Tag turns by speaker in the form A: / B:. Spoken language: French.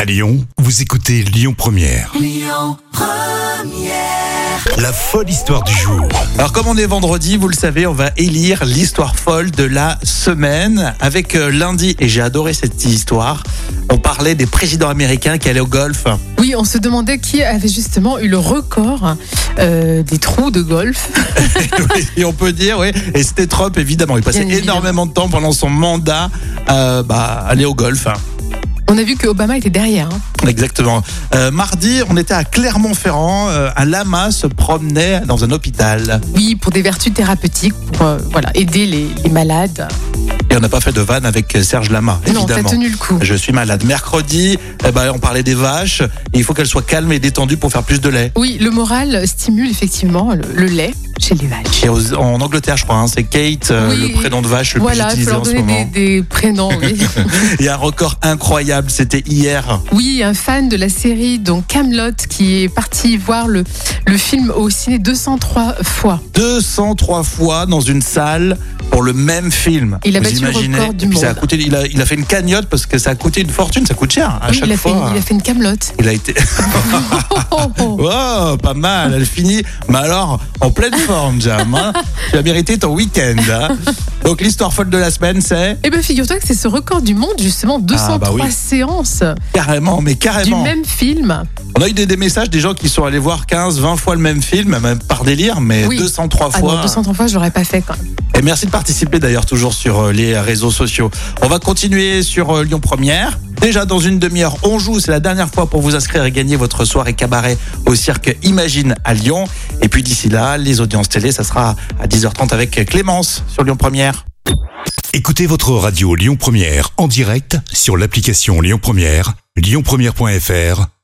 A: À Lyon, vous écoutez Lyon Première. Lyon Première. La folle histoire du jour.
B: Alors comme on est vendredi, vous le savez, on va élire l'histoire folle de la semaine avec euh, lundi, et j'ai adoré cette histoire, on parlait des présidents américains qui allaient au golf.
C: Oui, on se demandait qui avait justement eu le record euh, des trous de golf.
B: et on peut dire, oui, et c'était Trump, évidemment, il passait
C: Bien évidemment.
B: énormément de temps pendant son mandat à bah, aller au golf.
C: On a vu que Obama était derrière. hein.
B: Exactement. Euh, mardi, on était à Clermont-Ferrand, euh, un lama se promenait dans un hôpital.
C: Oui, pour des vertus thérapeutiques, pour euh, voilà, aider les, les malades.
B: Et on n'a pas fait de vanne avec euh, Serge Lama,
C: Non, t'as
B: évidemment.
C: tenu le coup.
B: Je suis malade. Mercredi, eh ben, on parlait des vaches. Et il faut qu'elles soient calmes et détendues pour faire plus de lait.
C: Oui, le moral stimule effectivement le, le lait chez les vaches.
B: Et aux- en Angleterre, je crois, hein, c'est Kate, euh,
C: Oui.
B: le prénom de vache le
C: Voilà,
B: plus
C: il
B: utilisé
C: faut leur
B: en ce
C: donner des,
B: moment.
C: des prénoms. Oui.
B: Il y a un record incroyable, c'était hier.
C: Oui, un fan de la série donc Camelot qui est parti voir le, le film au ciné 203 fois.
B: 203 fois dans une salle pour le même film.
C: Il a
B: Vous
C: battu le
B: imaginez
C: record du
B: Et puis ça a
C: monde.
B: coûté, il, a, il a fait une cagnotte parce que ça a coûté une fortune, ça coûte cher à
C: oui,
B: chaque
C: il a, fait,
B: fois.
C: il a fait une Camelot.
B: Il a été. Oh, pas mal, elle finit, mais alors, en pleine forme, Jam. hein. tu as mérité ton week-end. hein. Donc, l'histoire folle de la semaine, c'est
C: Eh bien, figure-toi que c'est ce record du monde, justement, 203
B: Ah, bah oui.
C: séances
B: carrément, mais
C: du
B: carrément.
C: même film.
B: On a eu des, des messages des gens qui sont allés voir 15, 20 fois le même film, même par délire, mais
C: Oui.
B: 203
C: Ah
B: fois.
C: non, 203 fois, je l'aurais pas fait quand même.
B: Et merci de participer d'ailleurs toujours sur euh, les réseaux sociaux. On va continuer sur euh, Lyon Première. Déjà dans une demi-heure, on joue. C'est la dernière fois pour vous inscrire et gagner votre soirée cabaret au cirque Imagine à Lyon. Et puis d'ici là, les audiences télé, ça sera à 10h30 avec Clémence sur Lyon Première.
A: Écoutez votre radio Lyon Première en direct sur l'application Lyon Première, lyonpremière.fr